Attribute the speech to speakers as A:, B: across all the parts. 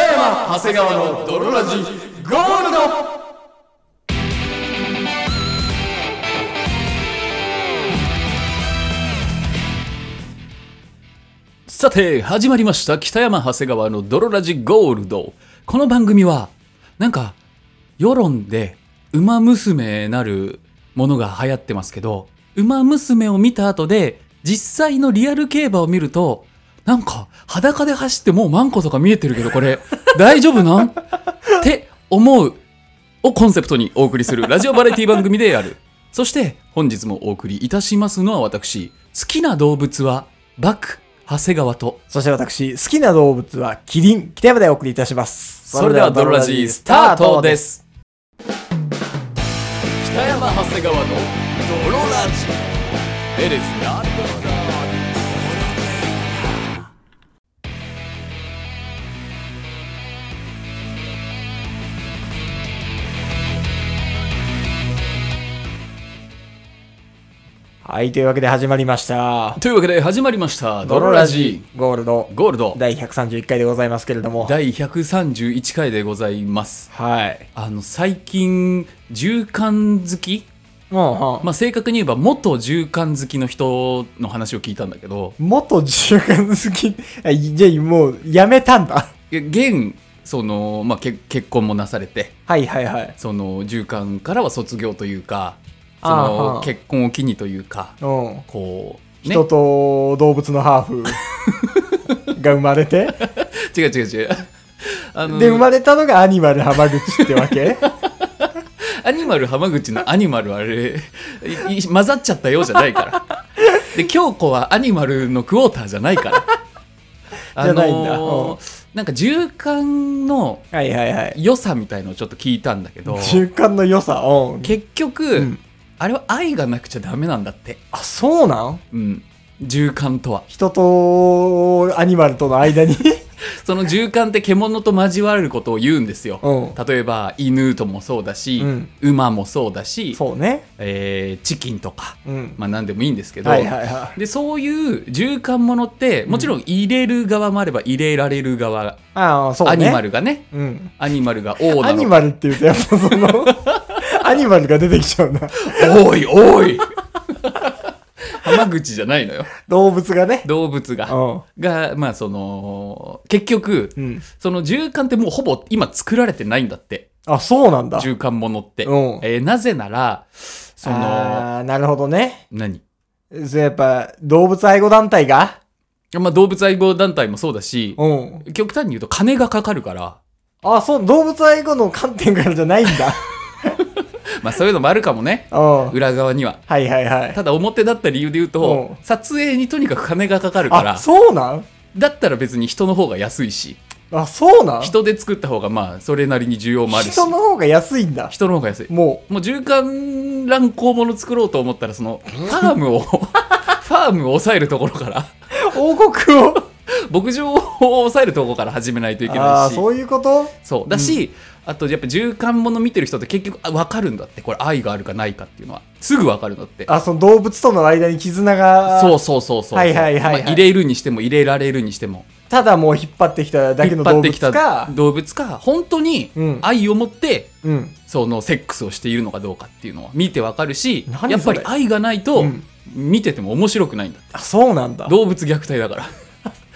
A: 長谷川の泥ラジゴールドさて始まりました北山長谷川の泥ラジゴールドこの番組はなんか世論で馬娘なるものが流行ってますけど馬娘を見た後で実際のリアル競馬を見るとなんか裸で走ってもうマンコとか見えてるけどこれ大丈夫なん って思うをコンセプトにお送りするラジオバラエティ番組であるそして本日もお送りいたしますのは私好きな動物はバク長谷川と
B: そして私、好きな動物はキリン、北山でお送りいたします。
A: それではドロラジースタートで。す北山長谷川のドロラジ It is not
B: はい、というわけで始まりました。
A: というわけで始まりましたドロラジ
B: ゴールド
A: ゴールド
B: 第131回でございますけれども。
A: 第131回でございます
B: はい。
A: あの最近銃艦好き、
B: もう、
A: まあ、正確に言えば元銃艦好きの人の話を聞いたんだけど
B: 元中間好き、あいじゃあもう、やめたんだ。
A: いや現その、まあ、け結婚もなされて
B: はいはいはい。
A: その銃艦からは卒業というかそ
B: あーは
A: の
B: ー
A: 結婚を機にというか
B: うん。
A: こう、ね、
B: 人と動物のハー フが生まれて、
A: 違う違う違う あの
B: で、生まれたのがアニマル浜口ってわ け
A: アニマル浜口のアニマルあれいい混ざっちゃったようじゃないからで京子はアニマルのクォーターじゃないからあ
B: じゃ
A: の
B: ないんだうん
A: ーなんか銃艦の
B: はいはいはい。
A: 良さみたいのをちょっと聞いたんだけど
B: 中間の良さ、うん。
A: 結局、
B: ん
A: あれは愛がなくちゃダメなんだって、
B: あ、そうなん
A: うん、銃艦とは
B: 人とアニマルとの間に
A: その銃艦って獣と交わることを言うんですよ
B: うん
A: 例えば犬ともそうだし、
B: うん
A: 馬もそうだし、
B: そうね
A: えーチキンとか、
B: うん
A: まあ、何でもいいんですけど、
B: はいはいは
A: でそういう銃艦ものってもちろん入れる側もあれば入れられる側、
B: いああそうね
A: アニマルがね
B: うん
A: アニマルが王
B: ア
A: な
B: ニ
A: の
B: マルって言うとやっぱそ のアニマルが出てきちゃうな
A: おいおい浜口じゃないのよ
B: 動物がね
A: 動物が、
B: うん
A: がまあその結局、
B: うん
A: その銃艦ってもうほぼ今作られてないんだって
B: あそうなんだ
A: 銃艦ものって、
B: うん
A: えーなぜならその
B: ああなるほどね
A: 何
B: それやっぱ動物愛護団体が
A: まあ動物愛護団体もそうだし、
B: うん
A: 極端に言うと金がかかるから、
B: あそう動物愛護の観点からじゃないん だ、
A: まあそういうのもあるかもね
B: うん
A: 裏側には。
B: はいはいはい
A: ただ表だった理由で言うと、
B: う
A: 撮影にとにかく金がかかるか
B: あ
A: ら、
B: そうなん
A: だったら別に人の方が安いし、
B: あそうなん
A: 人で作った方がまあそれなりに需要もあるし、
B: 人の方が安いんだ
A: 人の方が安い。
B: も
A: もう循環乱高もの作ろうと思ったら、その、ファームを、 ファームを抑えるところから、
B: う王国を
A: 牧場を抑えるところから始めないといけ
B: あ
A: な
B: あ
A: いし、
B: そういうこと
A: そう。だし、あとやっぱ循環もの見てる人って結局あ分かるんだって、これ愛があるかないかっていうのは。すぐ分かるんだって。
B: あ、その動物との間に絆が、
A: そうそうそうそう。
B: はいはいはいはい
A: まあ入れるにしても入れられるにしても。
B: ただもう引っ張ってきただけの動
A: 引っ張
B: 物
A: って
B: か
A: きた、動物か、本当に
B: うん
A: 愛を持って、
B: うん。
A: そのセックスをしているのかどうかっていうのは見てわかるし
B: 何そ、れ
A: やっぱり愛がないと
B: うん
A: 見てても面白くないんだ。
B: あ、そうなんだ。
A: 動物虐待だ から。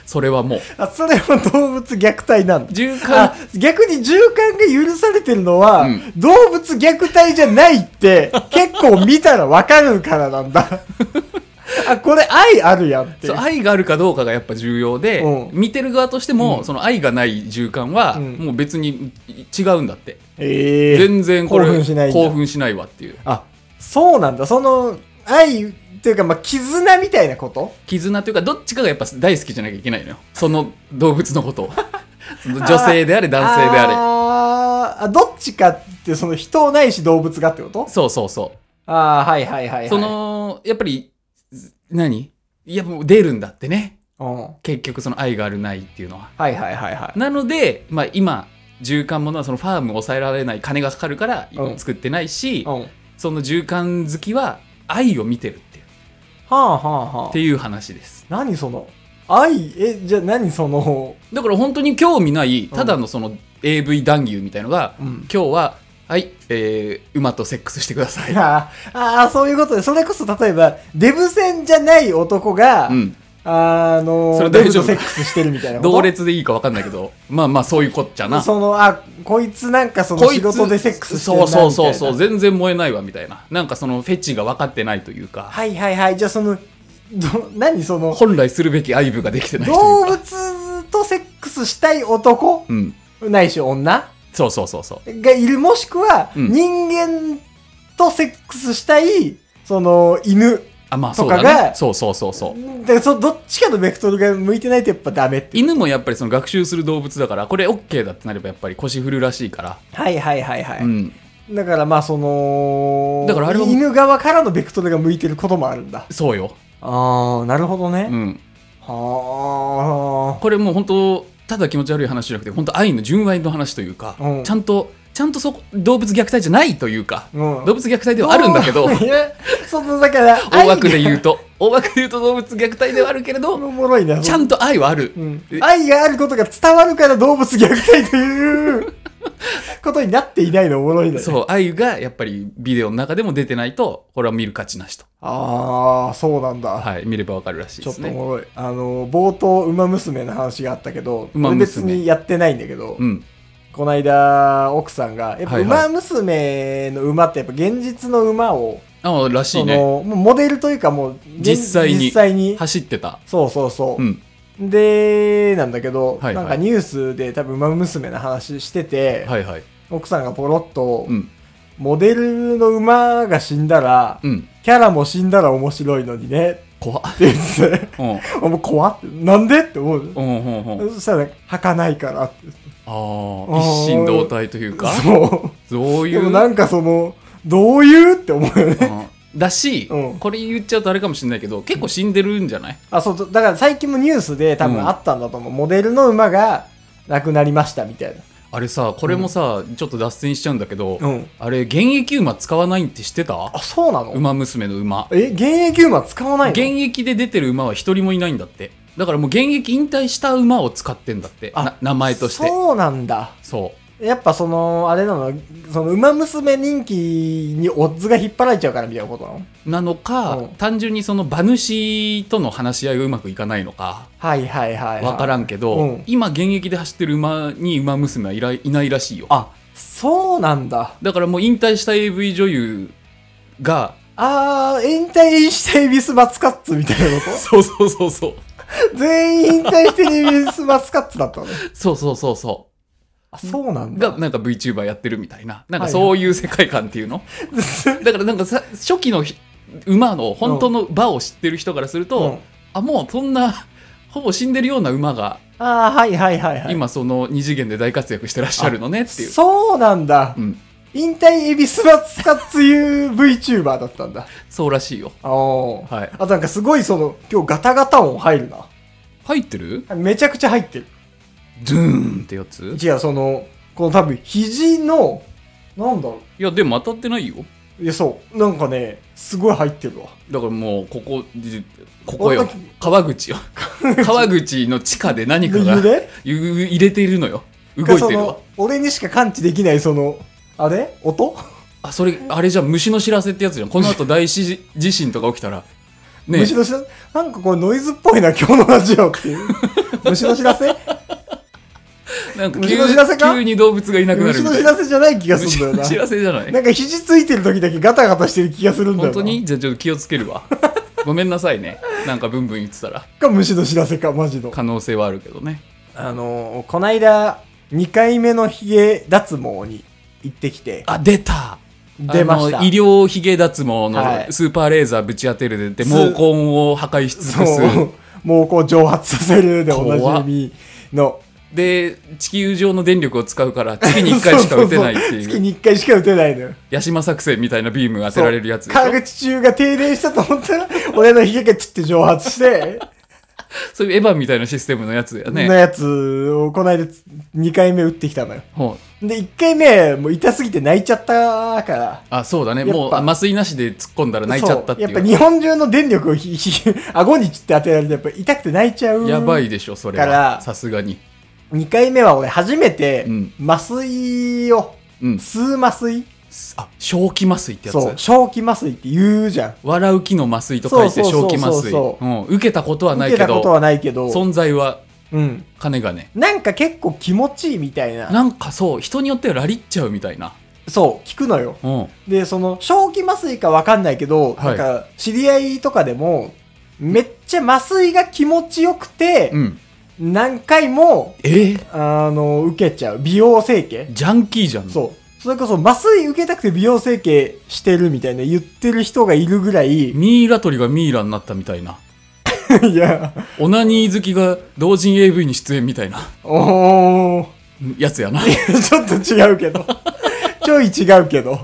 A: それはもう。
B: あ、それは動物虐待なんだ。
A: 循
B: あ
A: 環、
B: 逆に従感が許されてるのは、
A: うん
B: 動物虐待じゃないって、結構見たらわかるからなんだ。あ、これ愛あるやんってい。
A: そうう愛があるかどうかがやっぱ重要で、
B: う
A: 見てる側としても、その愛がない循環は、
B: うん
A: もう別に違うんだって。
B: ええ
A: 全然これ
B: 興奮しないんだ
A: 興奮しないわっていう。
B: あ、そうなんだ。その、愛、っていうか、まあ、絆みたいなこと
A: 絆というかどっちかがやっぱ大好きじゃなきゃいけないのよその動物の ことをその女性であれ男性であ
B: あーあ、どっちかって、その人をないし動物がってこと
A: れそうそうそう、
B: ああ、はいはいはい、はい。
A: そ、のやっぱり何いやもう出るんだってね
B: うん。は
A: 結局その愛があるないっていうのはい
B: はいはいはい。
A: なので、まあ、今循環ものはそのファームを抑えられない金がかかるから
B: うん
A: 作ってないし、
B: うん。は
A: その循環好きは愛を見てるっていう
B: あはあは
A: っ
B: あ
A: て。いう話です
B: 何その、愛、え、じゃあ何その、
A: だから本当に興味ないただのその AV 男優みたいのが、
B: うん
A: 今日は、はい、えー馬とセックスしてください。
B: あーあー、そういうことで、それこそ例えば、デブ戦じゃない男が、
A: うん。
B: あの
A: それ
B: デ
A: 大
B: ブ
A: 丈夫
B: とセックスしてるみたいなこと
A: 同列でいいか分かんないけど、まあまあそういうこっちゃな。
B: そのあこいつなんかその
A: こい
B: 仕
A: つ
B: 事でセックスして
A: そ
B: るな
A: う
B: みたい
A: そ
B: な
A: うそうそう、全然燃えないわみたいな。なんかそのフェチが分かってないというか、
B: はいはいはいじゃあそのど何その
A: 本来するべき愛部ができてないという
B: 動
A: か。
B: 物とセックスしたい男
A: うん。
B: ないし女
A: そうそうそうそう。
B: がいるもしくは、
A: うん
B: 人間とセックスしたいその犬
A: あ、まあそ
B: と
A: う
B: か
A: だ
B: が
A: ね。そうそうそうそう。
B: でそどっちかのベクトルが向いてないとやっぱダメって
A: 犬もやっぱりその学習する動物だからこれ OK だってなればやっぱり腰振るらしいから、
B: はいはいはいはい、
A: うん、
B: だからまあその
A: だからあれは
B: 犬側からのベクトルが向いてることもあるんだ
A: そうよ、
B: ああなるほどね、
A: うん、
B: は
A: これもう本当ただ気持ち悪い話じゃなくて本当愛の純愛の話というか、
B: うん
A: ちゃんとちゃんとそこ動物虐待じゃないというか、
B: うん
A: 動物虐待で
B: あ
A: はあるんだけど
B: いやそのだから
A: 大枠で言う
B: と
A: と大枠で言うと動物虐待ではあるけれ
B: お
A: ど
B: もろいな
A: ちゃんと愛はある、
B: うん
A: え
B: 愛があることが伝わるから動物虐待ということになっていないのおもろいな
A: そう愛がやっぱりビデオの中でも出てないとこれは見る価値なしと、
B: ああそうなんだ、
A: はい、見ればわかるらしい
B: ちょ
A: です
B: っとお
A: ね。
B: もろいあの冒頭「ウマ娘」の話があったけど
A: ウマ
B: 俺別
A: 娘
B: にやってないんだけど、
A: うん、
B: この間奥さんがやっぱ「
A: は
B: ウ
A: いはい
B: マ娘」の馬ってやっぱ現実の馬を
A: あらし
B: そ
A: い
B: の
A: ね
B: もうモデルというかもう現
A: 実際に
B: 実際に
A: 走ってた、
B: そうそうそう
A: う、ん、
B: でなんだけど、
A: はいはい
B: なんかニュースで多分「ウマ娘」の話してて、
A: はいはい、
B: 奥さんがポロッと、
A: うん
B: モデルの馬が死んだら、
A: うん、
B: キャラも死んだら面白いのにね」って
A: 怖っ
B: 言って て
A: うん
B: あもう怖ってなんでって思う
A: うんうんう ん
B: そしたら、ね、履かないからって
A: あー一心同体というか
B: そ
A: そう
B: う
A: い
B: で
A: う
B: もなんかそのどういうって思うよね
A: うんだし、
B: うん
A: これ言っちゃうとあれかもしれないけど結構死んでるんじゃない
B: あそうだから最近もニュースで多分あったんだと思う、モデルの馬が亡くなりましたみたい
A: あれさこれもさ、ちょっと脱線しちゃうんだけど、
B: なうん
A: あれ現役馬使わないって知ってた
B: あそうなの
A: 馬娘の馬
B: え現役馬使わないの
A: 現役で出てる馬は一人もいないんだってだからもう現役引退した馬を使ってんだって
B: あ
A: な名前として
B: そうなんだ
A: そう
B: やっぱそのあれなのその馬娘人気にオッズが引っ張られちゃうからみたいなことなの
A: なのか、
B: うん
A: 単純にその馬主との話し合いがうまくいかないのか
B: はいはいはい、はい、
A: わから
B: ん
A: んけど、
B: うん
A: 今現役で走ってる馬に馬娘はいらいないらしいよ
B: あそうなんだ
A: だからもう引退した AV 女優が
B: あー引退したエビスマスカッツみたいなこ
A: そうそうそうそう
B: と 全員引退してるエビスマスカッツだったの
A: そうそうそうそ
B: あそうなん
A: う
B: だ
A: がなんか VTuber やってるみたいななん
B: は
A: か
B: いはい
A: そういう世界観っていうの、 だからなんかさ初期のひ馬の本当の馬を知ってる人からすると、
B: うん
A: あもうそんなほぼ死んでるような馬が
B: あーはいはいはいはい
A: 今その二次元で大活躍してらっしゃるのねっていう。
B: そうなんだ、
A: うん、
B: 引退エビスマスカッツいう VTuber だったんだ
A: そうらしいよ。
B: あー、
A: はい
B: あとなんかすごいその今日ガタガタ音入るな
A: 入ってる
B: めちゃくちゃ入ってる
A: ドゥーンってやつ
B: じゃあそのこの多分肘のなんだろ
A: いや、でも当たってないよ。
B: ういやそうなんかねすごい入ってるわ
A: だからもう、ここ、じここよ
B: 本当に。
A: 川口 よ。川口の地下で何かが
B: でで
A: ゆ入れているのよ。動い
B: そ
A: てるわ
B: の。俺にしか感知できないそのあれ音
A: あ、それ、あれじゃん虫の知らせってやつじゃん。この後大地地震とか起きたら。ね
B: 虫の知らせなんかこれノイズっぽいな今日のラジオって いう虫の知らせ
A: なんか
B: 虫
A: 急
B: の知らせか
A: 急に動物がいなくなる
B: 虫
A: み
B: の
A: た
B: 知
A: いな。
B: らせじゃない気がするん
A: 虫
B: だ
A: の知
B: よ
A: らせじゃな
B: ないなんか肘ついてる時だけガタガタしてる気がするんだ
A: 本
B: よな
A: 当にじゃあちょっと気をつけるわ。ごめんなさいね。なんかブンブン言ってたら。
B: か虫の知らせかマジの
A: 可能性はあるけどね。
B: あのーこないだ2回目のヒゲ脱毛に行ってきて
A: あ、出た
B: 出ました
A: あの医療ヒゲ脱毛
B: はい
A: のスーパーレーザーぶち当てるで、
B: す
A: 毛根を破壊し尽くす。
B: そう、毛孔蒸発させるでおなじみの。
A: で、地球上の電力を使うから、 月に1回しか打てないって
B: そそそ月
A: いう、
B: に1回しか打てないのよ。
A: ヤシマ作戦みたいなビームが当てられるやつ
B: そ
A: で
B: う
A: しょ
B: 川口中が停電したと思ったら、俺の髭がチって蒸発して、
A: そういうエヴァンみたいなシステムのやつだよ ね。
B: のやつをこの間2回目打ってきたのよ。
A: ほう
B: で、1回目、もう痛すぎて泣いちゃったから。
A: あ、そうだね。
B: やっぱ
A: もう、あ麻酔なしで突っ込んだら泣いちゃったってい。
B: そうやっぱ日本中の電力を ひ、ひ、顎にチって当てられて、やっぱ痛くて泣いちゃう。
A: やばいでしょ、それ
B: から
A: は。さすがに。
B: 2回目は俺初めて
A: うん
B: 麻酔を、
A: うん。
B: 吸う麻酔
A: あ、正気麻酔ってやつ
B: そう、正気麻酔って言うじゃん。
A: 笑う気の麻酔と書いて
B: そう
A: 正
B: そうそう
A: 気麻
B: そう
A: 酔。
B: そ
A: うん。受けたことはな
B: 受
A: い
B: け
A: け
B: たこと
A: ど、
B: はないけど、
A: 存在は
B: うん。
A: 金がね。
B: なんか結構気持ちいいみたいな。
A: なんかそう、人によってはラリっちゃうみたいな。
B: そう、聞くのよ。
A: うん。
B: で、その、正気麻酔かわかんないけど、
A: はい
B: なんか、知り合いとかでも、めっちゃ麻酔が気持ちよくて、
A: うん。
B: 何回も、
A: えー
B: あの、受けちゃう。美容整形
A: ジャンキーじゃん。
B: そう。それこそ麻酔受けたくて美容整形してるみたいな言ってる人がいるぐらい、い
A: ミイラ取りがミイラになったみたいな。
B: や、
A: オナニー好きが同人 AV に出演みたいな
B: おー、
A: やつやな。
B: ちょっと違うけ ど。ちょい違うけど。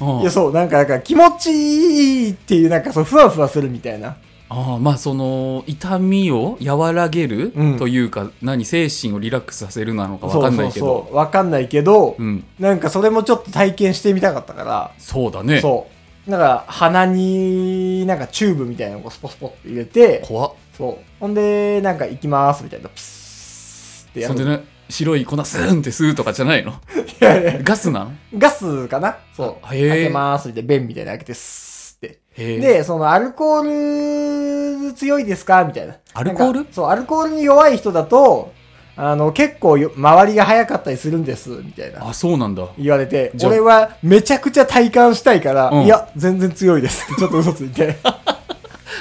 A: うん
B: いや、そう、なんか、なんか気持ちいいっていう、なんかそう、ふわふわするみたいな。
A: ああまあその痛みを和らげる
B: うん
A: というか、何精神をリラックスさせるなのか分
B: そう
A: かんないけど
B: そうそう。わかんないけど、
A: うん
B: なんかそれもちょっと体験してみたかったから、
A: そうだね
B: そう。なんか、鼻に、なんかチューブみたいなのをスポスポって入れて、
A: 怖っ
B: そう。ほんで、なんか行きますみたいな、プスーってや
A: そ
B: る
A: んで。ね白い粉スーンって吸うとかじゃないの
B: いやいや
A: ガスなの
B: ガスかなそう。
A: あへー
B: 開けますみたいな、便みたいなの開けて、スーって。
A: へえ
B: で、そのアルコール強いですかみたいな。
A: アルコール
B: なんかそう、アルコールに弱い人だと、あの、結構よ周りが早かったりするんです、みたいな。
A: あそうなんだ
B: 言われて、
A: じゃあ
B: 俺はめちゃくちゃ体感したいから、
A: うん
B: いや、全然強 いですってちょっと嘘ついて。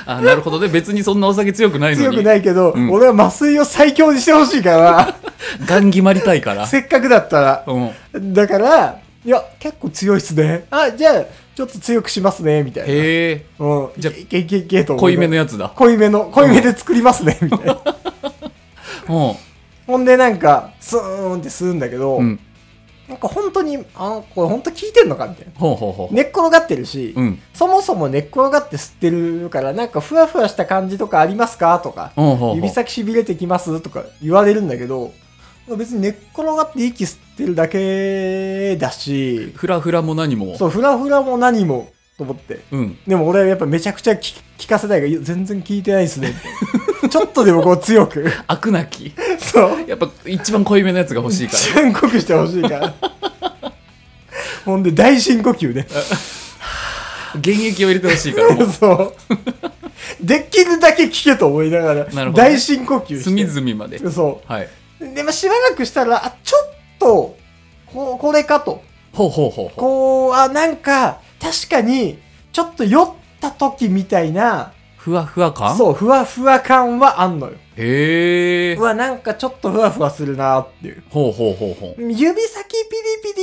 A: あなるほどね別にそんなお酒強くないの
B: 強
A: に
B: くないけど、
A: うん
B: 俺は麻酔を最強にしてほし いか、
A: ガン決まりたいからら
B: せっかくだったら。
A: うん
B: だから、いや、結構強いっすね。あ、じゃあ、ちょっと強くしますね、みたいな。
A: へえ
B: うん。
A: じ
B: じ
A: ゃ
B: ゃ
A: あ
B: いけいけいけと思
A: 濃
B: う
A: いめのやつだ
B: 濃いめの、濃いめで作りますね、みたいな。
A: うん
B: ほんでなんか、スーンって吸うんだけど、
A: うん
B: なんか本当に、あ、これ本当効いてんのかみたいな。
A: ほうほうほう、
B: 寝っ転がってるし、
A: うん
B: そもそも寝っ転がって吸ってるから、なんかふわふわした感じとかありますかとか、
A: ほうほうほ
B: 指
A: う
B: 先しびれてきますとか言われるんだけど、別に寝っ転がって息吸ってるだけだし、
A: フラフラも何も
B: そう、ふらふらも何も、と思って。
A: うん
B: でも俺はやっぱめちゃくちゃ聞聞かせたいからいや、全然聞いてないですね。 ちょっとでもこう強く。
A: 悪なき
B: そう。
A: やっぱ一番濃いめのやつが欲しいから
B: 一番濃くしてほしいからほんで大深呼吸ね
A: 現役を入れてほしいからも
B: そうできるだけ聞けと思いながら
A: ほどね
B: 大深呼吸
A: う
B: して
A: 隅々まで
B: そ
A: はいう
B: で、まあ、しばらくしたらあちょっとここれかと
A: ほうほうほうほう
B: こうあなんか確かにちょっと酔った時みたいな
A: ふわふわ感
B: そうふわふわ感はあんのよ
A: へえ
B: うわなんかちょっとふわふわするなっていう
A: ほうほうほうほ
B: 指先ピ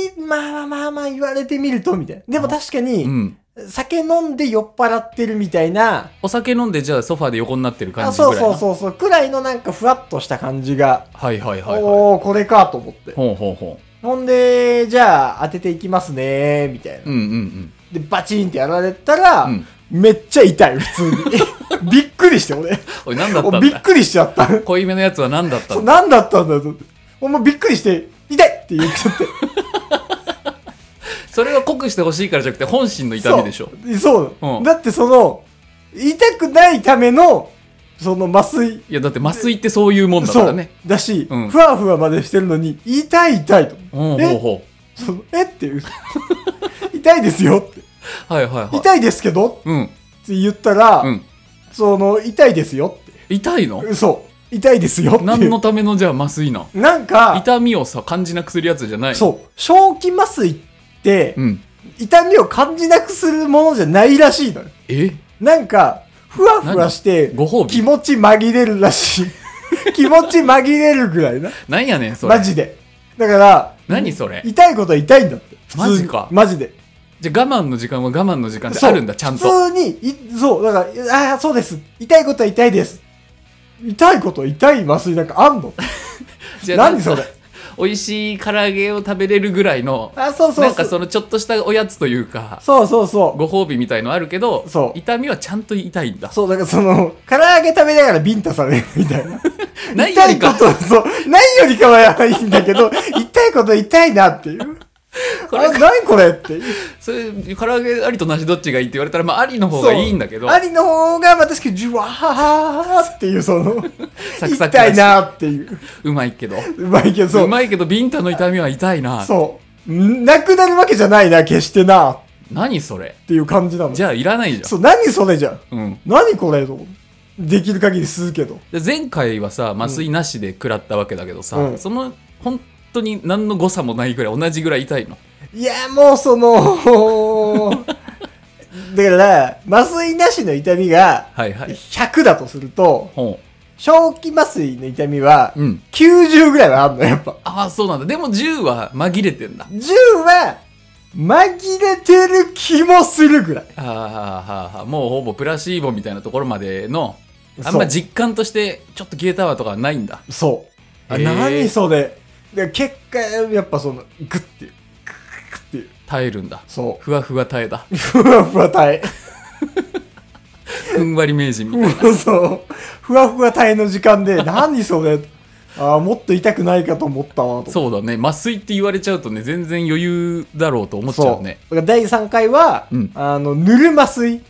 B: リピリまあまあまあまあ言われてみるとみたいなでも確かに、
A: ううん
B: 酒飲んで酔っ払ってるみたいな、
A: お酒飲んでじゃあソファーで横になってる感
B: あ
A: じぐらい
B: そう
A: な
B: そうそうそう、くらいのなんかふわっとした感じが、
A: はいはいはいはい
B: おー、これかと思って。
A: ほうほうほ
B: ほんで、じゃあ当てていきますねみたいな
A: う。うんうん
B: で、バチンってやられたら、
A: うんうん
B: めっちゃ痛い、普通 に。びっくりして、俺。
A: おい何だった
B: お
A: ん
B: びっ
A: だ
B: くりしちゃった。
A: 濃いめのやつは何だった
B: そうん
A: だ
B: 何だったんだと。ほんまびっくりして、痛いって言っちゃって。
A: それは濃くしてほしいからじゃなくて本心の痛みでしょ
B: そう。そう
A: うん
B: だってその、痛くないための、その麻酔。
A: いやだって麻酔ってそういうもんだか
B: そ
A: ら
B: う
A: ね。
B: だし、
A: うん
B: ふわふわまでしてるのに、痛い痛いと。
A: ほうほうほ
B: そのえっていう。 痛いですよって。
A: うはいはいはい
B: 痛いですけど
A: うん
B: って言ったら、
A: うん
B: その、痛いですよっ
A: 痛いの
B: て。そう。痛いですよっていう。
A: 何のためのじゃあ麻酔なん
B: なんか、
A: 痛みをさ感じなくするやつじゃない
B: そう。正気麻酔って、
A: うん
B: 痛みを感じなくするものじゃないらしいのよ。
A: え
B: なんか、ふわふわして、
A: ご褒
B: 気
A: 美
B: 持ち紛れる らしい。気持ち紛れるぐらいな。
A: なんやねんそれ
B: マジで。だから、
A: 何それ
B: 痛いことは痛いんだって。普通に
A: マジか
B: マジで。
A: じゃあ我慢の時間は我慢の時間で
B: そう
A: あるんだちゃんと
B: 普通にいそうだからああーそうです痛いことは痛いです痛いことは痛い麻酔なんかあんの
A: じゃあ
B: 何それ
A: 美味しい唐揚げを食べれるぐらいの
B: あそうそう
A: なんか
B: そ
A: そうのちょっとしたおやつというか
B: そうそうそ
A: ご褒美みたいのあるけど
B: そう
A: 痛みはちゃんと痛いんだ
B: うそうだからその唐揚げ食べながらビンタされるみたいな
A: ないよ
B: 痛
A: り
B: いこ
A: か
B: とそうないよりかはいいんだけど痛いことは痛いなっていう
A: こ
B: あ、
A: れ
B: 何これって。
A: それ唐揚げありとなしどっちがいいって言われたらまあありの方がいいんだけど
B: そうありの方が、まあ確かに、じゅわーっていう、その、
A: サクサクだし
B: 痛いなーっていう。
A: うまいけど
B: うまいけど、そうう。
A: まいけどビンタの痛みは痛いな
B: そう。んなくなるわけじゃないな、決してな、っ
A: 何それ
B: ていう感じなの。
A: じゃあいらないじゃん
B: そう、何それじゃん。
A: うん
B: 何これと。できる限り吸うけど。
A: で前回はさ麻酔なしで食らったわけだけどさ、
B: うん
A: その本当に何の誤差もないぐらい同じぐらい痛いの
B: いや、もうその、 だから、麻酔なしの痛みが
A: はいはい
B: 100だとすると、
A: ほ
B: 正気麻酔の痛みは
A: ううん
B: 90ぐらいはあるの、やっぱ。
A: ああそうなんだでも10は紛れてんだ
B: 10は紛れてる気もするぐらい。
A: あーはーはーはーもうほぼプラシーボみたいなところまでのあん
B: そ
A: ま
B: う
A: 実感としてちょっと消えたわとかはないんだ
B: そう。あ
A: へー
B: 何それ。で、結果、やっぱその、グッていう。グッていう。
A: 耐えるんだ
B: そ
A: ふわふわ耐えだ
B: う。ふわふわ耐え。
A: ふんわり名人みたいな
B: もう そう。ふわふわ耐えの時間 で、何それ。ああ、もっと痛くないかと思ったわ、と。
A: そうだね麻酔って言われちゃうとね全然余裕だろうと思っちゃうね
B: そうだから第3回は、
A: うん
B: あの、ぬる麻酔。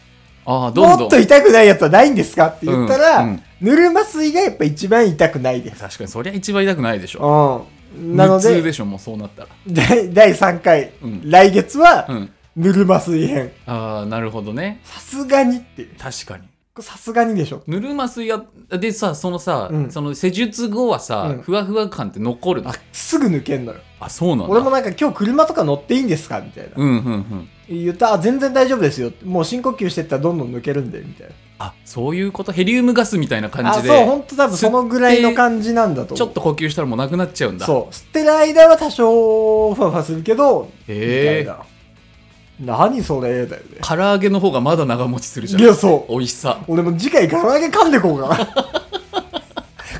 A: ああどん
B: も
A: ど
B: っ
A: ん
B: と痛くないやつはないんですかって言ったら、
A: うんうん
B: ぬる麻酔がやっぱ一番痛くないです。
A: 確かにそりゃ一番痛くないでしょ
B: うん。なの
A: 無痛
B: で、
A: でしょもうそうなったら
B: 第第3回、
A: うん
B: 来月は、
A: うん
B: ぬる麻酔編。
A: ああなるほどね
B: さすがにっていう。
A: 確かに
B: これさすがにでしょ。
A: ぬるま水やでさそのさ、
B: うん
A: その施術後はさ、
B: うん
A: ふわふわ感って残るの
B: あ
A: あ、
B: すぐ抜けんのよ。
A: そうなんだ
B: 俺もなんか今日車とか乗っていいんですかみたいな。
A: うんうんうん
B: 言ったら、あ全然大丈夫ですよ。もう深呼吸してったらどんどん抜けるんで、みたい
A: あそういうことヘリウムガスみたいな
B: な。
A: 感
B: あ、
A: じで
B: そう、ほんと多分そのぐらいの感じなんだと
A: ちょ
B: 思う。
A: っと呼吸したらもうなくなっちゃうんだ
B: そう。吸ってる間は多少ふわふわするけど、
A: へ
B: み
A: え
B: たいな。何それだよね。
A: 唐揚げの方がまだ長持ちするじゃ
B: い
A: ん
B: や、そう。
A: 美味しさ
B: 俺も次回唐揚げ噛んでこうかな。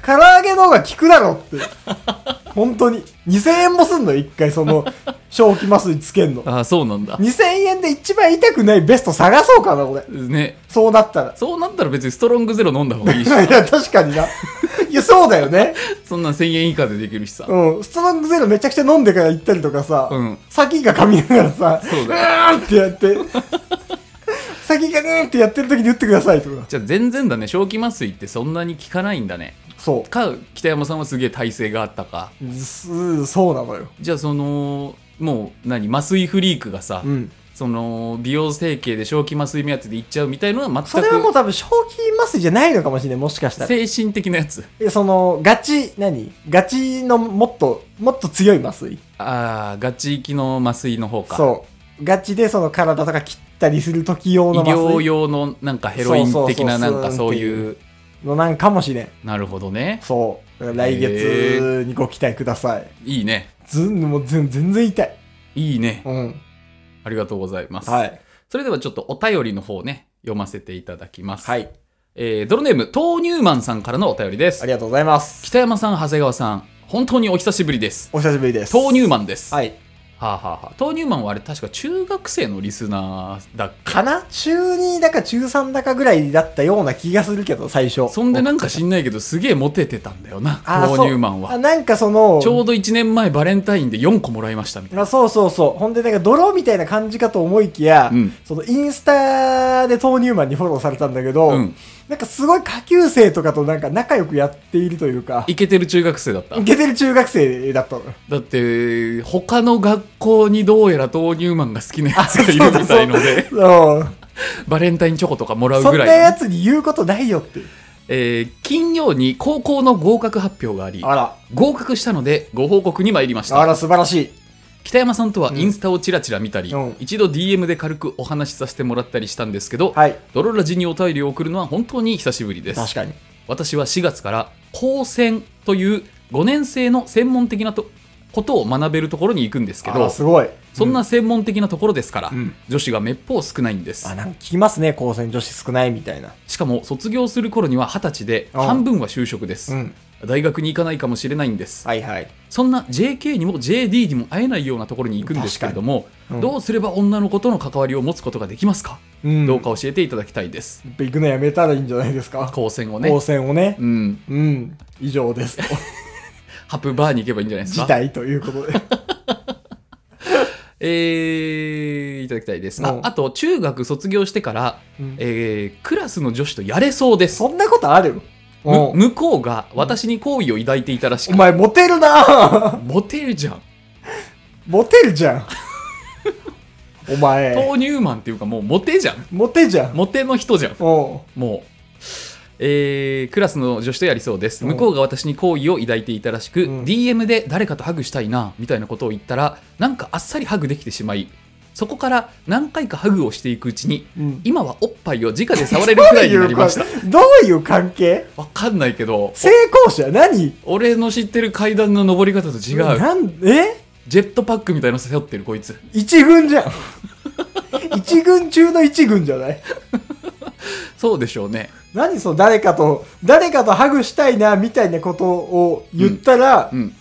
B: 唐揚げの方が効くだろって。本当に。2000円もすんの一回その、正気麻酔つけんの。
A: ああそうなんだ
B: 2000円で一番痛くないベスト探そうかな、俺。
A: ね
B: そうなったら。
A: そうなったら別にストロングゼロ飲んだ方がいい
B: い
A: し、
B: や、確か にな。いや、そうだよね。
A: そんなん1000円以下でできるしさ。
B: うん。ストロングゼロめちゃくちゃ飲んでから行ったりとかさ、
A: うん
B: 先が噛みながらさ、
A: そうだ
B: うーんって やって、先がうーんってやってる時に打ってくださいとか。
A: じゃあ全然だね、正気麻酔ってそんなに効かないんだね。
B: そ
A: か、北山さんはすげえ耐性があったか。
B: う。すそうなのよ。
A: じゃあその、もう何、麻酔フリークがさ、
B: うん。
A: その、美容整形で正気麻酔目当てで行っちゃうみたいのは
B: そ
A: 全
B: れはもう
A: く
B: 多分、正気麻酔じゃないのかもしれない、もしかしたら。
A: 精神的なやつ。
B: えその、ガチ、何ガチのもっと、もっと強い麻酔。
A: ああ、ガチ行きの麻酔の方か。
B: そう。ガチでその体とか切ったりする時用
A: 医
B: の麻
A: 療
B: 酔
A: 用のなんかヘロイン的な
B: そ
A: な
B: うそうそうん
A: かそう
B: スー
A: いう、
B: のなんかもしれん。
A: なるほどね。
B: そう。だから来月にご期待ください。
A: いいね。
B: ずん、もう全全然痛い。
A: いいね。
B: うん。
A: ありがとうございます。
B: はい。
A: それではちょっとお便りの方をね、読ませていただきます。
B: はい。
A: えー、ドロネーム、豆乳マンさんからのお便りで
B: あ
A: す。
B: りがとうございます。
A: 北山さん、長谷川さん、本当にお久しぶりです。
B: お久しぶりです。
A: 豆乳マンです。
B: はい。
A: はあ、はあはあ、豆乳マンはあれ確か中学生のリスナーだっけ
B: かな中2だか中3だかぐらいだったような気がするけど、最初。
A: そんでなんか知んないけど、すげえモテてたんだよな、
B: あー
A: 豆乳マン
B: そうあ
A: は。
B: なんかその、
A: ちょうど1年前バレンタインで4個もらいましたみたい
B: あそうそうそう。ほんで、なんか泥みたいな感じかと思いきや、
A: うん
B: そのインスタで豆乳マンにフォローされたんだけど、
A: うん
B: なんかすごい下級生とかとなんか仲良くやっているというか
A: な。、イケてる中学生だった。
B: ゲてる中学生だったのよ。
A: だって、他の学校にどうやら豆乳マンが好きなやつがいるみたいので、
B: そう
A: バレンタインチョコとかもらう
B: そん
A: ぐら
B: ない
A: のね
B: やつに言うことないよって。
A: えー金曜に高校の合格発表があり
B: あら、
A: 合格したのでご報告に参りまし
B: あ
A: た
B: ら素晴らしい。
A: 北山さんとはインスタをちらちら見たり、
B: うん
A: 一度 DM で軽くお話しさせてもらったりしたんですけど、
B: はい。
A: ドロラジにお便りを送るのは本当に久しぶりです
B: 確かに。
A: 私は4月から高専という5年生の専門的なとことを学べるところに行くんですけ
B: あ
A: ど
B: らすごい。
A: そんな専門的なところですから、
B: うん
A: 女子がめっぽう少ないんです
B: あ、なんか聞きますね、高専女子少ないみたいな。
A: しかも卒業する頃には20歳で
B: うん
A: 半分は就職です、
B: うん。
A: 大学に行かないかもしれないんです
B: はいはい。
A: そんな JK にも JD にも会えないようなところに行くんですけれども、
B: かにうん
A: どうすれば女の子との関わりを持つことができますか、
B: うん
A: どうか教えていただきたいです。
B: やっぱ行くのやめたらいいんじゃないですか。
A: 高専をね
B: 高、専をね。
A: うん、
B: うん。以 上ですと。
A: ハプバーに行けばいいんじゃないです
B: 辞
A: か。
B: 退ということで。
A: えー、いただきたいです。
B: う
A: あ
B: ん
A: あと、中学卒業してから、
B: うん
A: えークラスの女子とやれそうです。
B: そんなことある
A: む
B: お
A: 向こうが私に好意を抱いていたらし
B: お
A: く、
B: 前モテるな
A: モテるじゃん。
B: モテる じゃん。お前、
A: 豆乳マンっていうかもうモテじゃん。
B: モテじゃん。
A: モテの人じゃん。
B: おう
A: もう。えークラスの女子とやりそうです
B: うん
A: 向こうが私に好意を抱いていたらしく、
B: うん
A: DM で誰かとハグしたいなみたいなことを言ったらなんかあっさりハグできてしまいそこから何回かハグをしていくうちに
B: うん
A: 今はおっぱいを直で触れるくらいになり ました
B: どういう関係
A: わかんないけど
B: 成功者何
A: 俺の知ってる階段の上り方と違う
B: なんえ
A: ジェットパックみたいなの背負ってるこいつ
B: 一軍じ ゃん。一軍中の一軍じゃない
A: そうでしょうね
B: 何その誰かと、誰かとハグしたいな、みたいなことを言ったら、
A: うん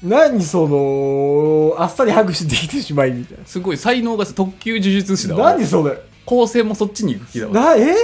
B: 何その、あっさりハグしてきてしまい、みたい
A: すごい才能が特級呪術師だ
B: な。
A: わ
B: 何それ
A: 構成もそっちに行く気だわ
B: な、え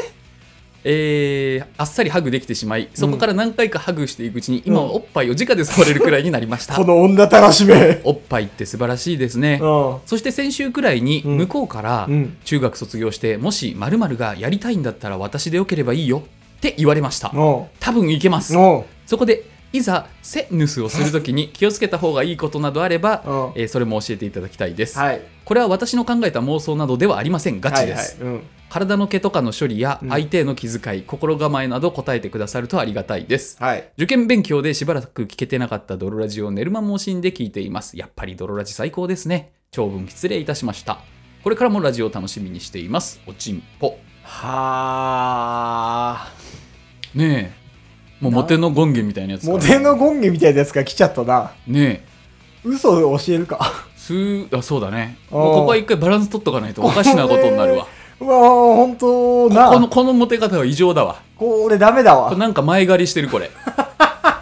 A: えーあっさりハグできてしまいそこから何回かハグしていくうちに、今はおっぱいを直で触れるくらいになりま した
B: この女たらし め。
A: おっぱいって素晴らしいですね、
B: うん。
A: そして先週くらいに
B: うん
A: 向こうから、
B: うん
A: 中学卒業してもし〇〇がやりたいんだったら私でよければいいよって言われました
B: お
A: 多分いけます
B: うお
A: そこでいざセヌスをするときに気をつけた方がいいことなどあれば、
B: うん
A: えーそれも教えていただきたいです、
B: うはい。
A: これは私の考えた妄想などではありませんガチです、
B: はいはいうん
A: 体の毛とかの処理や
B: うん
A: 相手への気遣い、心構えなど答えてくださるとありがたいです
B: はい。
A: 受験勉強でしばらく聞けてなかった泥ラジを寝る間も惜しんで聞いていますやっぱり泥ラジ最高ですね長文失礼いたしましたこれからもラジオを楽しみにしていますおちんぽ
B: はあ。
A: ねえもうモテの権限みたいなやつか
B: モテの権限みたいなやつが来ちゃったな。
A: ね
B: 嘘を教えるか。
A: えすーあそうだね
B: あー
A: もうここは一回バランス取っとかないとおかしなことになるわ
B: うわあ、ほんとな。
A: このこのモテ方は異常だわ
B: これダメだわ。
A: これなんか前借りしてるこれ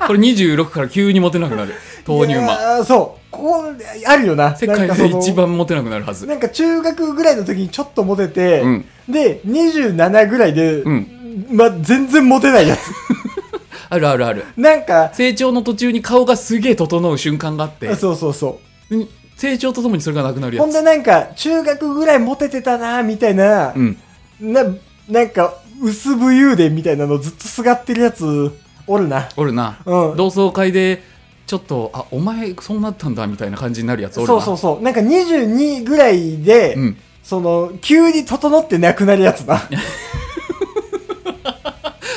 A: これ26から急にモテなくなる豆乳マン
B: ン。そう。こう、あるよな。
A: 世界
B: なんかそ
A: で
B: の
A: 一。番モテなくなるはず。
B: なんか中学ぐらいの時にちょっとモテて、
A: うん
B: で、27ぐらいで、
A: う
B: ま、全然モテないやつ。
A: あるあるある。
B: なんか、
A: 成長の途中に顔がすげえ整う瞬間があって、
B: そうそうそ
A: うん成長とともにそれがなくなる
B: う。ほ
A: や
B: ん
A: つ。
B: でなんか、中学ぐらいモテてたなみたいな、
A: うん。
B: な、なんか、薄武勇伝みたいなのずっとすがってるやつ、おるな。
A: おるな。
B: うん。
A: 同窓会で、ちょっと、あ、お前そうなったんだみたいな感じになるやつおるな。
B: そうそうそう。なんか22ぐらいで、
A: うん。
B: その、急に整ってなくなるやつな。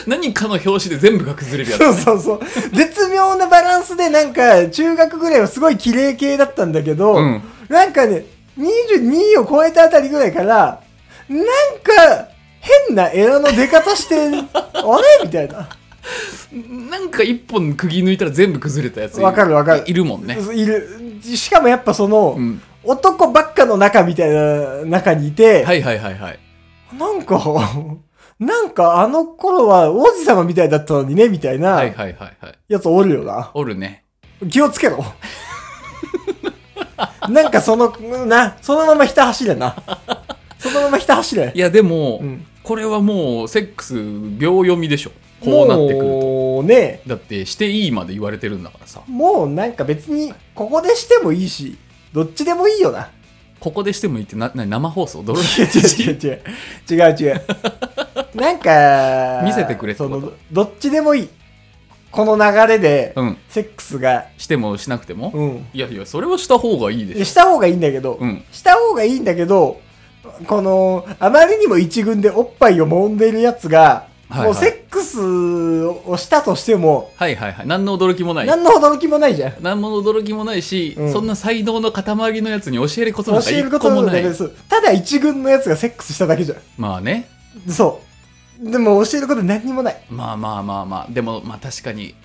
A: 何かの表紙で全部が崩れるやつ。
B: そうそうそう。絶妙なバランスで、なんか、中学ぐらいはすごい綺麗系だったんだけど、
A: うん
B: なんかね、22を超えたあたりぐらいから、なんか、変なエラの出方して、 あれみたいな。
A: なんか一本釘抜いたら全部崩れたやつい。
B: わかるわかる
A: いるもんね。
B: いる。しかもやっぱその、
A: うん。
B: 男ばっかの中みたいな中にいて、
A: はいはいはいはい。
B: なんか、 なんかあの頃は王子様みたいだったのにね、みたいな
A: はいはいはいはい。
B: やつおるよな。
A: おるね。
B: 気をつけろ。 なんかその、な、そのままひた走れな。そのままひた走れ
A: い。やでも、
B: うん
A: これはもう、セックス秒読みでしょ。こうなってくると。
B: もうね、
A: だってしていいまで言われてるんだからさ
B: もうなんか別に、ここでしてもいいし、どっちでもいいよな。
A: ここでしてもいいってなな生放送どれ
B: 違う違う違う。違う違う。なんか、
A: 見せてくれって
B: そ
A: こと
B: の、どっちでもいい。この流れで、
A: うん
B: セックスが、
A: してもしなくても、
B: うん。
A: いやいやそれはした方がいい
B: いや
A: でし
B: した方がいいんだけど、
A: ょうん
B: した方がいいんだけど、この、あまりにも一軍でおっぱいを揉んでるやつが、
A: はいはい
B: もうセックスをしたとしても、
A: はいはいはい何の驚きもない
B: 何の驚きもないじゃん。
A: 何も驚きもないし、
B: うん
A: そんな才能の塊のやつに教えること
B: 教
A: なんか
B: える
A: 一
B: こと
A: 個も
B: なん
A: な
B: だ
A: い
B: けど、ただ一軍のやつがセックスしただけじゃん。
A: まあね
B: そう。でも教えること何にもない。
A: まあまあまあまあでもまあ確かに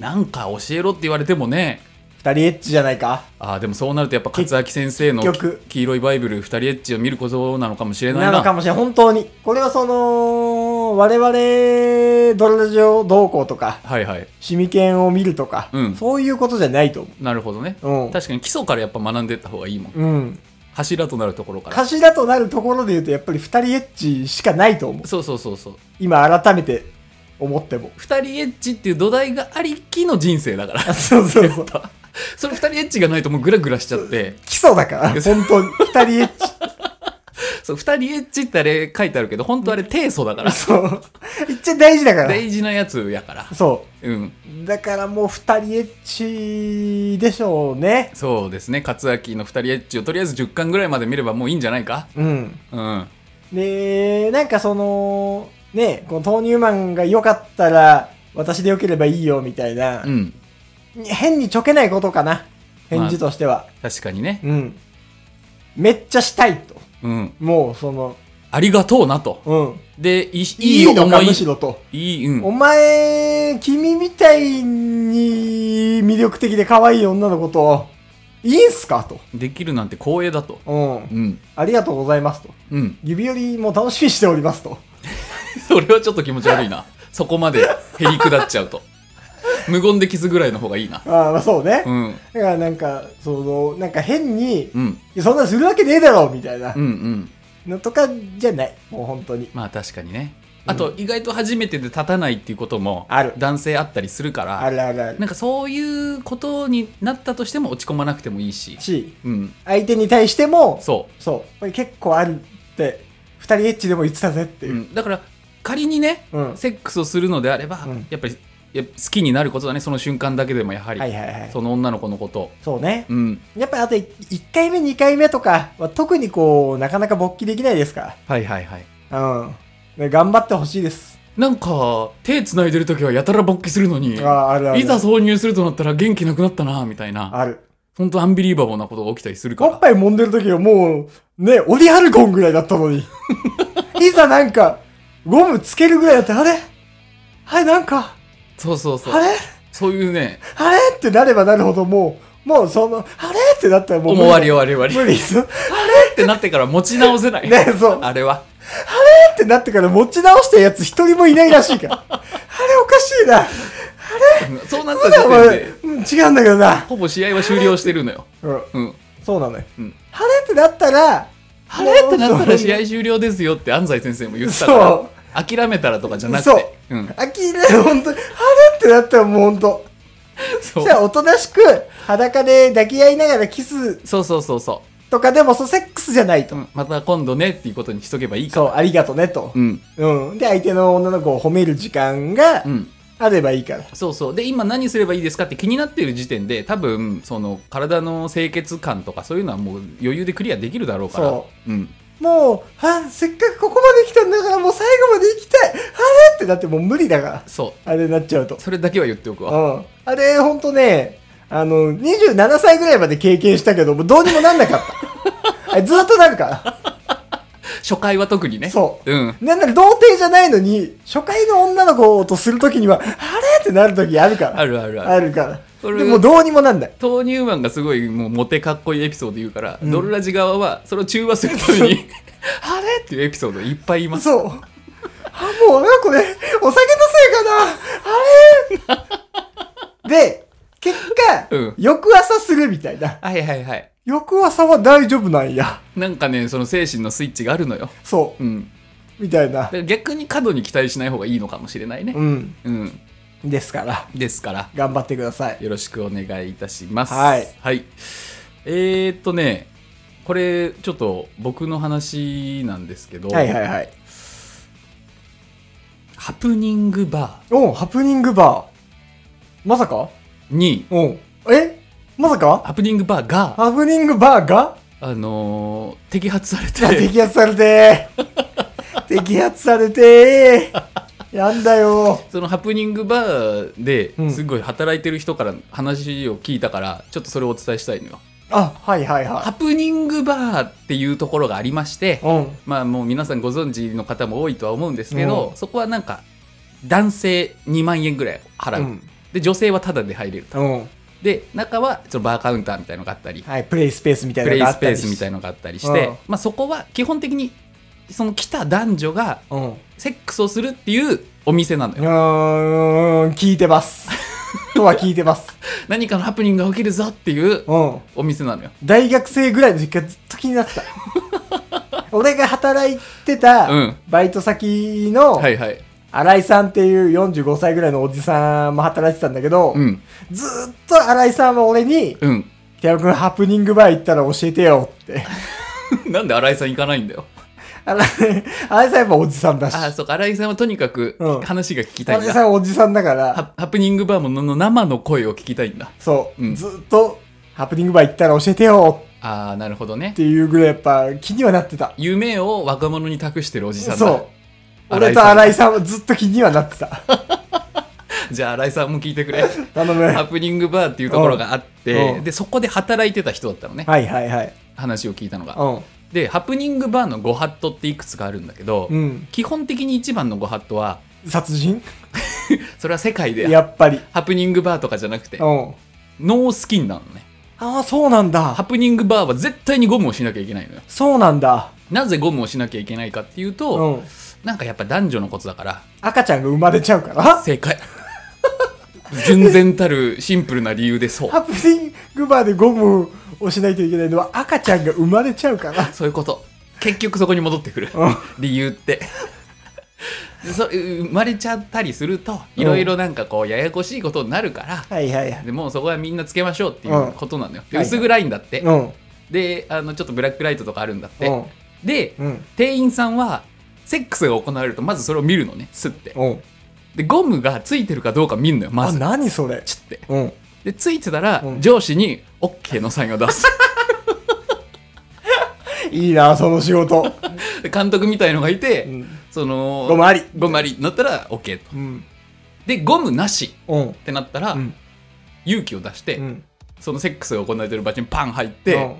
A: なんか教えろって言われてもね
B: 二人エッチじゃないか。
A: あーでもそうなるとやっぱ勝明先生の
B: 結局
A: 黄色いバイブル「二人エッチ」を見ることなのかもしれない
B: な
A: な
B: のかもしれない。本当に。これはその、我々、ドラジオ動向とか、
A: はいはい
B: シミケンを見るとか、
A: うん
B: そういうことじゃないと思
A: なるほどね、
B: う。
A: 確かに基礎からやっぱ学んでった方がいいもん
B: うん。うん。
A: 柱となるところから
B: 頭となるところで言うとやっぱり二人エッチしかないと思う
A: そうそうそうそう
B: 今改めて思っても
A: 二人エッチっていう土台がありきの人生だから
B: そうそうそう
A: それ二人エッチがないともうグラグラしちゃって
B: 基礎だから、本当に。二人エッチ。
A: そう二人エッチってあれ書いてあるけど本当あれ低素だから
B: そう。一応大事だから。
A: 大事なやつやから
B: そ
A: うん
B: う。だからもう二人エッチでしょうね。
A: そうですね勝明の二人エッチをとりあえず10巻ぐらいまで見ればもういいんじゃないか
B: うん。
A: うん
B: で、なんかその、ね、この豆乳マンが良かったら、私で良ければいいよ、みたいな
A: う。ん
B: 変にちょけないことかな。返事としては。
A: 確かにね
B: うん。めっちゃしたいと。
A: うん
B: もう、その、
A: ありがとうなと
B: うん。
A: でいい
B: い
A: い
B: いの
A: 思
B: か、
A: い
B: むしろと。
A: いいうん
B: お前、君みたいに魅力的で可愛い女の子と、いいんすかと。
A: できるなんて光栄だと
B: うん。
A: うん
B: ありがとうございますと。
A: うん
B: 指折りも楽しみにしておりますと。
A: それはちょっと気持ち悪いなそこまでへりくだっちゃうと無言でキスぐらいの方がいいな
B: ああ、まあそうね。
A: うんうん
B: だからなんか、その、なんか変に、
A: うん
B: いやそんなするわけねえだろみたいな
A: うん
B: のとかじゃない。もう本当に。
A: まあ確かにね
B: うん
A: あと意外と初めてで立たないっていうことも
B: ある
A: 男性あったりするか
B: あ
A: ら
B: るあるある。
A: なんかそういうことになったとしても落ち込まなくてもいいし
B: し、
A: うん
B: 相手に対しても、
A: そ
B: そう。これ結構あるって、二人エッチでも言ってたぜって
A: う、
B: いうう。
A: ん、だから仮にね、
B: うん
A: セックスをするのであれば、
B: うん
A: やっぱりやっぱ好きになることだねその瞬間だけでもやはり、
B: はいはいはい。
A: その女の子のことを
B: そうね。
A: うん
B: やっぱりあと1回目2回目とかは特にこうなかなか勃起できないですか
A: はいはいはい
B: ら。うん。で頑張ってほしいです。
A: なんか手つないでる時はやたら勃起するのに
B: ああ、あるある。
A: いざ挿入するとなったら元気なくなったなみたいな
B: ある。
A: 本当アンビリーバボーなことが起きたりするか
B: おっ
A: ら
B: ぱい揉んでる時はもう、ね、オリハルゴンぐらいだっ たのに。いざなんか、ゴムつけるぐらいだって、あれはい、なんか、
A: そうそうそ
B: あ
A: う
B: れ
A: そういうね
B: あれってなればなるほどもう、もうその、あれってなったらもう無
A: 思
B: 理、
A: わり終わり終わり
B: 無理です。ね、
A: ってなってから持ち直せ ない、
B: そう。
A: あれは
B: ってなってから持ち直したやつ一人もいないらしい から。あれおかしい
A: う
B: な。
A: んそうなっ
B: そ
A: た
B: うだ
A: 時点
B: よお前
A: で
B: うん、違うんだけどな。
A: ほぼ試合は終了してるのよ
B: うん、
A: うん
B: そうなのよ。
A: うん
B: 晴れってなったら、
A: 晴れってなったら試
B: 合
A: 合終了ですよって安西先生も言ってたから
B: そう。
A: 諦めたらとかじゃなく
B: そう
A: てうん
B: 飽きない、本当に。晴れってなったらもう本当。
A: そ
B: そうしたらおとなしく裸で抱き合いながらキス
A: そうそうそうそ
B: とかでもそうセックスじゃないうと。
A: うんまた今度ねっていうことにしとけばいいか
B: そう、ありがとねと。
A: うん
B: うん。で、相手の女の子を褒める時間が
A: うん
B: あればいいから。
A: そうそうで今何すればいいですかって気になっている時点で多分その体の清潔感とかそういうのはもう余裕でクリアできるだろうから、
B: そう
A: ん、
B: もう、あ、せっかくここまで来たんだからもう最後まで行きたい。晴れってなってもう無理だから。
A: そ
B: あれになっちゃうと
A: う。それだけは言っておく
B: う
A: わ
B: ん。あれ、ほんとね、あの、27歳ぐらいまで経験したけど、もうどうにもなんなかった。 あれずっとなるから。
A: 初回は特にね、
B: そう
A: うん、
B: なんなら童貞じゃないのに、初回の女の子とするときには、あれってなるときあるから。
A: あるあるある
B: あるから。
A: それ
B: でもどうにもなんだよ。
A: 豆乳マンがすごいもうモテかっこいいエピソード言うから、
B: うん
A: ドルラジ側はそれを中和するために あれっていうエピソードいっぱい言います
B: そう。あ、もう、なんかこれ、お酒のせいかなあれで、結果、
A: うん
B: 翌朝するみたいな。
A: はいはいはい
B: 翌朝は大丈夫なんや。
A: なんかねその精神のスイッチがあるのよ、
B: そう。
A: うん、
B: みたいな
A: だか。ら逆に過度に期待しない方がいいのかもしれないね、
B: うん。
A: うん
B: ですから、
A: ですから
B: 頑張ってください。
A: よろしくお願いいたします
B: はい、
A: えー、っとねこれちょっと僕の話なんですけど、
B: はいはいはい。
A: ハプニングバ
B: おうハプニングバー。まさか
A: ーに
B: おうえまさか
A: ハプニングバーが
B: ハプニングバーが
A: あのー摘発され
B: あ
A: て
B: 摘発され てー摘発されてーやんだよ
A: そのハプニングバーで
B: うん
A: すごい働いてる人から話を聞いたから、ちょっとそれをお伝えしたいのよ
B: あ、はいはいは
A: ハプニングバーっていうところがありまして
B: い。うん。
A: まあもう皆さんご存知の方も多いとは思うんですけど、
B: うん
A: そこはなんか男性2万円ぐらい払う、
B: うん
A: で女性はタダで入れると
B: うん。
A: で中はそのバーカウンターみたいのがあったり、
B: はい、プレイスペースみたい
A: プ
B: な
A: レ
B: の
A: イ
B: があ
A: ス
B: った
A: ペー
B: り
A: ス
B: し
A: みたいのがあったりして、
B: うん
A: まあ、そこは基本的にその来た男女が
B: うん。う
A: セックスをするっていうお店なのよ、
B: ーん、聞い てます。とは聞いてます。
A: 何かのハプニングが起きるぞっていう
B: うん。
A: お店なのよ
B: 大学生ぐらいの時からずっと気に なってた。俺が働いてた
A: うん
B: バイト先の
A: はいはい
B: 新井さんっていう45歳ぐらいのおじさんも働いてたんだけど、
A: うん。
B: ずーっと新井さんは俺に、
A: うん。
B: 北山君ハプニングバー行ったら教えてよって。
A: なんで新井さん行かないんだよ。
B: 新井新井さんやっぱおじさんだし。
A: ああ、そうか。新井さんはとにかく
B: うん
A: 話が聞きたい
B: 新
A: ん
B: 井
A: だ。
B: さんはおじさんだから、
A: ハハプニングバーものの生の声を聞きたいんだ。
B: そう、
A: うん
B: ずーっとハプニングバー行ったら教えてよ
A: ああ、なるほどね
B: っ。ていうぐらいやっぱ気にはなってた。
A: 夢を若者に託してるおじさんだ。
B: そう。
A: 新
B: 俺
A: 井
B: と
A: さん
B: 新井さんはずっと気にはなっ てた。
A: じゃあ新井さんも聞いてくれ。
B: 頼む。
A: ハプニングバーっていうところがあって、
B: うん
A: で、そこで働いてた人だったのね。
B: はいはいはい。
A: 話を聞いたのが。
B: う
A: で、ハプニングバーのご法度っていくつかあるんだけど、
B: ん。うん。
A: 基本的に一番のご法度は、
B: 殺人
A: それは世界で
B: やっぱり。
A: ハプニングバーとかじゃなくて、
B: うん。
A: ノースキンなのね。
B: ああ、そうなんだ。
A: ハプニングバーは絶対にゴムをしなきゃいけないのよ。
B: そうなんだ。
A: なぜゴムをしなきゃいけないかっていうと、
B: うん。
A: なんかやっぱ男女のことだから、
B: 赤ちゃんが生まれちゃうから。
A: 正 解。純然たるシンプルな理由でそう。
B: ハプニングバーでゴムをしないといけないのは赤ちゃんが生まれちゃうから。
A: そういうこと。結局そこに戻ってくる
B: うん。
A: 理由って。でそ生まれちゃったりすると、
B: うん
A: いろいろなんかこう、ややこしいことになるから、
B: はいはいはい。
A: でもうそこはみんなつけましょうっていうことなのよ。で
B: うん
A: 薄暗いんだって。
B: うん。
A: で、あの、ちょっとブラックライトとかあるんだって。
B: うん。
A: で、
B: うん。
A: 店員さんはセックスが行われるとまずそれを見るのねすって
B: うん。
A: でゴムがついてるかどうか見るのよま
B: あ、
A: ず
B: 何それ。
A: チュッて
B: うん。
A: でついてたら、
B: うん
A: 上司に OK のサインを出す
B: いいな、その仕事。
A: で監督みたいのがいて、
B: うん。
A: その
B: ゴムあり。
A: ゴムありになったら OK と
B: うん。
A: でゴムなし
B: うん。
A: ってなったら、
B: うん
A: 勇気を出して、
B: うん。
A: そのセックスが行われてる場所にパン入って、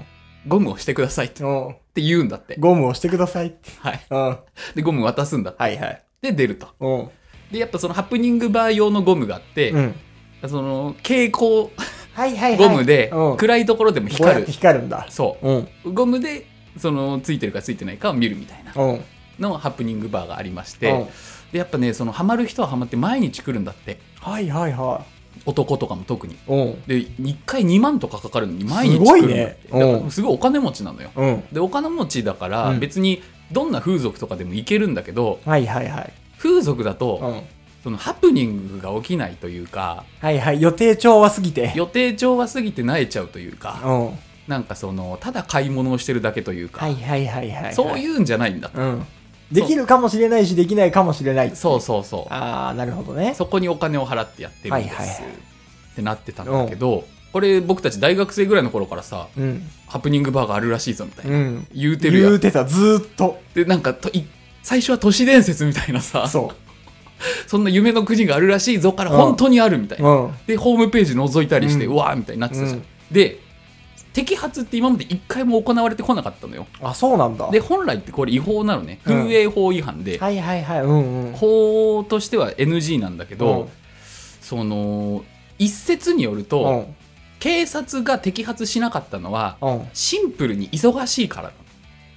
A: ゴムをしてくださいって
B: うん、うん。
A: って言うんだって、
B: ゴムをしてくださいって。
A: はい、
B: うん。は
A: でゴム渡すんだって
B: いはい。
A: で出ると
B: うん。
A: でやっぱそのハプニングバー用のゴムがあって、
B: うん。
A: その蛍光
B: はいはいはい。
A: ゴムで
B: うん、
A: 暗いところでも
B: こうや
A: 光
B: って
A: る
B: 光るんだ。
A: そ
B: うん。
A: うゴムでそのついてるかついてないかを見るみたいな
B: うん。
A: のハプニングバーがありまし
B: うん
A: てでやっぱねそのハマる人はハマって毎日来るんだって
B: はいはいは
A: 男とかも特に
B: い。うん。
A: で1回2万とかかかるのに毎日
B: すご
A: 来
B: い
A: るんだっ
B: ね
A: てだから
B: うん
A: すごいお金持ちなのよ
B: うん。
A: でお金持ちだから
B: うん
A: 別にどんな風俗とかでも行けるんだけど
B: はいはいはい。
A: 風俗だ
B: う
A: と
B: ん。
A: そのハプニングが起きないというか
B: はいはい。予定調和すぎて。
A: 予定調和すぎて慣れちゃうというか
B: うん。は
A: なんかそのただ買い物をしてるだけというか、
B: いはいはいはい。
A: そうい
B: うん。
A: うんじゃないんだと、
B: うん。できるかもしれないし、できないかもしれない。
A: そうそうそう
B: ああ、なるほどね。
A: そこにお金を払ってやってるんです、
B: はいはいはい
A: ってなってたんだけどこれ僕たち大学生ぐらいの頃からさ
B: うん。
A: ハプニングバーがあるらしいぞみたいな、
B: うん。
A: 言うてるや
B: 言
A: ん
B: うてた、ずーっと。
A: でなんかとい最初は都市伝説みたいなさそ
B: そ
A: んな夢のくじがあるらしいぞから
B: うん。
A: 本当にあるみたいうな、
B: うん。
A: でホームページ覗いたりして、う
B: うん
A: わーみたいになってたじゃん、
B: うん
A: で摘発って今まで一回も行われてこなかったのよ
B: あ、そうなんだ。
A: で本来ってこれ違法なのね
B: うん
A: 風営法違反で、
B: はいはいはい。うんうん。
A: 法としては NG なんだけど、
B: うん
A: その一説によると、
B: うん。
A: 警察が摘発しなかったのは
B: うん。
A: シンプルに忙しいから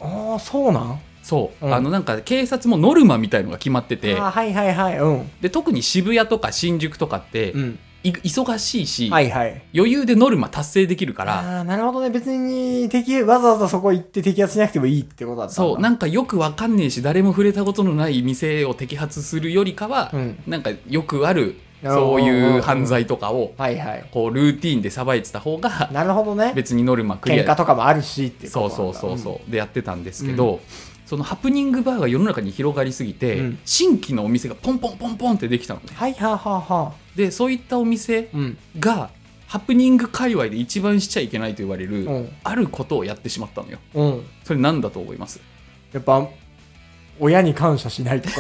A: なの
B: ああ、そうなん
A: そう、
B: うん
A: あのなんか警察もノルマみたいのが決まってて
B: あーはいはいはい。うん。
A: で特に渋谷とか新宿とかって、
B: うん。
A: い忙しいし、
B: はいはい。
A: 余裕でノルマ達成できるから
B: ああー、なるほどね。別に、敵、わざわざそこ行って摘発しなくてもいいってことだったんだ。
A: そうなんかよくわかんねえし誰も触れたことのない店を摘発するよりかは、
B: うん。
A: なんかよくある
B: なるほ
A: そ
B: ど
A: ういう犯罪とかを
B: はいはい。
A: こうルーティンでさばいてた方が
B: なるほどね。
A: 別にノルマクリ
B: 喧嘩
A: ア
B: とかもあるしっていうこ
A: そう
B: と
A: そう
B: なんだ
A: そうそうでやってたんですけど、そのハプニングバーが世の中に広がりすぎて、
B: うん
A: 新規のお店がポンポンポンポンってできたのね
B: んはいはあはあはあ
A: でそういったお店
B: うん
A: がハプニング界隈で一番しちゃいけないと言われる、
B: うん
A: あることをやってしまったのよ
B: うん
A: それ何だと思います
B: やっぱ親に感謝しないとか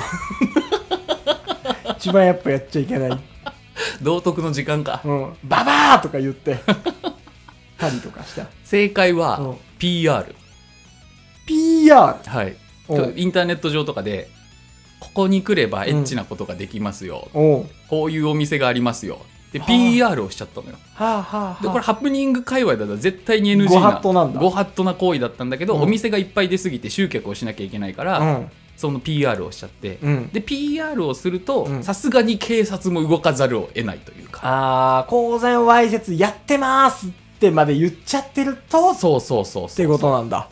B: 一番やっぱやっちゃいけない、
A: 道徳の時間か、
B: うん、ババアとか言ってたりとかした
A: 正解
B: う
A: は
B: ん
A: PR
B: PR
A: はい
B: うん
A: インターネット上とかでここに来ればエッチなことができますよ、
B: おう
A: こういうお店がありますよで
B: はあ
A: PR をしちゃったのよ
B: はあはあ、はあ、
A: でこれハプニング界隈だったら絶対に NG な
B: ご法度なんだ
A: ご法度な行為だったんだけど、
B: うん
A: お店がいっぱい出すぎて集客をしなきゃいけないから、その PR をしちゃって、
B: うんうん
A: で PR をする
B: う
A: と
B: ん
A: さすがに警察も動かざるを得ないというか
B: ああ公然わいせつやってますってまで言っちゃってるとっ
A: そうそうそうそう
B: てことなんだ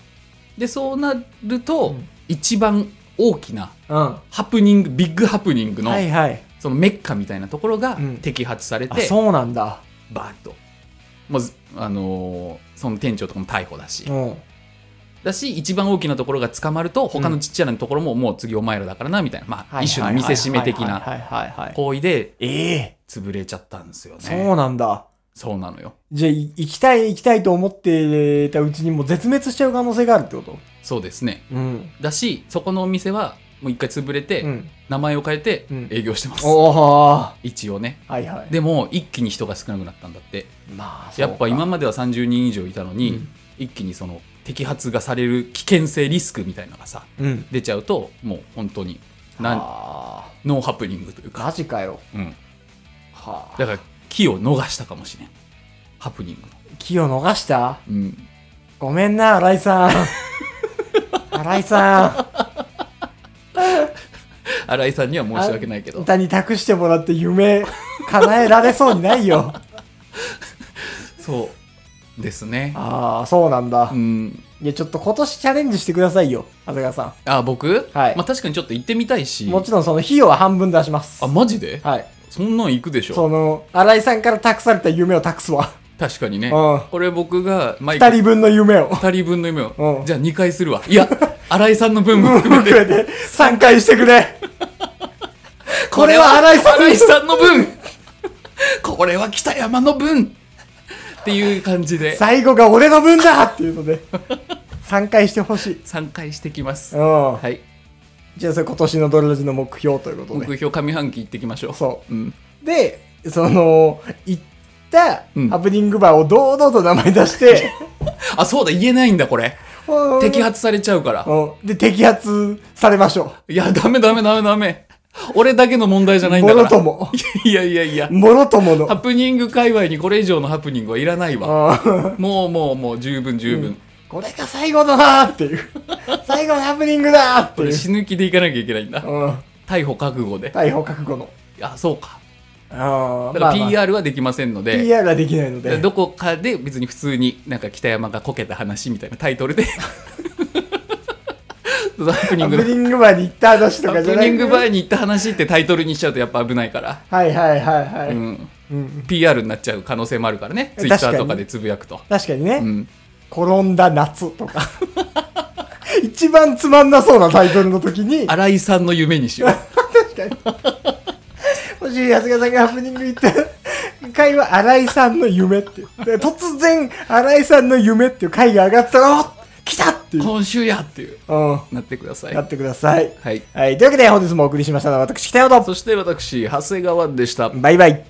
A: でそうなると、
B: うん
A: 一番大きな
B: うん。
A: ハプニングビッグハプニングの
B: はいはい。
A: そのメッカみたいなところが
B: うん
A: 摘発され
B: あ、
A: て、
B: そうなんだ。
A: バーッと、まずあのーその店長とかも逮捕だし、
B: うん。
A: だし一番大きなところが捕まると他のちっちゃなところももう次お前らだからなみたいな、まあ、一種の見せしめ的な
B: はいはいはいはいはいはい。
A: 行為で
B: ええ
A: 潰れちゃったんですよね
B: そうなんだ。
A: そうなのよ
B: じゃあ、い行きたい行きたいと思ってたうちにもう絶滅しちゃう可能性があるってこと
A: そうですね
B: うん。
A: だしそこのお店はもう一回潰れて、
B: うん。
A: 名前を変えて
B: うん
A: 営業してます、
B: おお
A: 一応ね
B: はいはい。
A: でも一気に人が少なくなったんだって
B: まあ、そう
A: や
B: か
A: っぱ今までは30人以上いたのに、
B: うん
A: 一気にその摘発がされる危険性リスクみたいなのがさ
B: うん。
A: 出ちゃうともう本当になん
B: あ
A: ノーハプニングという
B: ー
A: か、
B: マジかよ。
A: うん、
B: はあ。
A: だから木を逃したかもしれんハプニングの
B: 気を逃した
A: うん
B: ごめんな、新井さん。 新井さ
A: 新井さんには申し訳ないけ
B: ん。
A: ど
B: 歌に託してもらって夢叶えられそうにな いよ。
A: そうですね
B: ああ、そうなんだ
A: う。ん
B: いや、ちょっと今年チャレンジしてくださいよ、長谷川さ
A: あ僕、
B: はい
A: まあ、確かにちょっと行ってみたいし
B: ん。もちろんその費用は半分出します。
A: あマジで
B: はい。
A: そんなん行くでし
B: そ
A: ょ
B: の、新井さんから託された夢を託すわ。
A: 確かにね
B: うん
A: これ僕がマイク
B: 二人分の夢を。
A: 2人分の夢を
B: うん
A: じゃあ2回するわい や新井さんの分も含
B: 含
A: めて
B: めて、3回してくれ。これは新井さん
A: 新井さんの分これは北山の分っていう感じで
B: 最後が俺の分だっていうので、3回してほしい。
A: 3回してきます
B: うん。
A: はい
B: じゃあ、それ今年のドルラジの目標ということで。
A: 目標上半期行ってきましょう、
B: そう
A: ん、
B: で、その、行った
A: うん
B: ハプニングバーを堂々と名前出して、
A: あそうだ言えないんだこれ
B: う ん
A: 摘発されちゃうから
B: うんで、摘発されましょ
A: いやダメダメダメダメ俺だけの問題じゃな
B: う。
A: いんだ
B: も
A: から
B: ろとも。
A: いやいやいや
B: もろともの。
A: ハプニング界隈にこれ以上のハプニングはいらないわ
B: うん
A: もうもうもう十分十分、
B: これが最後だなーっていう。最後のハプニングだーって
A: こ
B: い
A: れ
B: う。
A: 死ぬ気でいかなきゃいけないんだ
B: うん。
A: 逮捕覚悟で
B: 逮捕覚悟の。
A: あそうか
B: あ
A: だから
B: PR
A: PR はできませんので、
B: PR ができないので。
A: どこかで別に普通になんか北山がこけた話みたいなタイトルで ハプニ
B: ハ
A: ン
B: プ
A: グの
B: ニングバーに行った話と
A: ハ
B: かじゃ
A: プ
B: な
A: ニ
B: い
A: ング前に行った話ってタイトルにしちゃうとやっぱ危ないから、
B: はいはいはいは
A: う
B: い。
A: ん、
B: うん。
A: PR になっちゃう可能性もあるからねツイ
B: 確
A: ッ
B: かに
A: ターとかでつぶやくと、
B: 確かに
A: う
B: ね。
A: ん、
B: 転んだ夏とか。 一番つまんなそうなタイトルの時に、
A: 新井さんの夢にし よう
B: 確かに。もし、安川さんがハプニング行った回は、新井さんの夢っていう。で突然、新井さんの夢っていう回が上がってたら、お来たっていう。うん。
A: 今週やっていう
B: や
A: なってください
B: ってください。
A: はい
B: はい。というわけで、本日もお送りしましたのは、私、北野と、
A: そして私長谷川でした
B: バイバイ。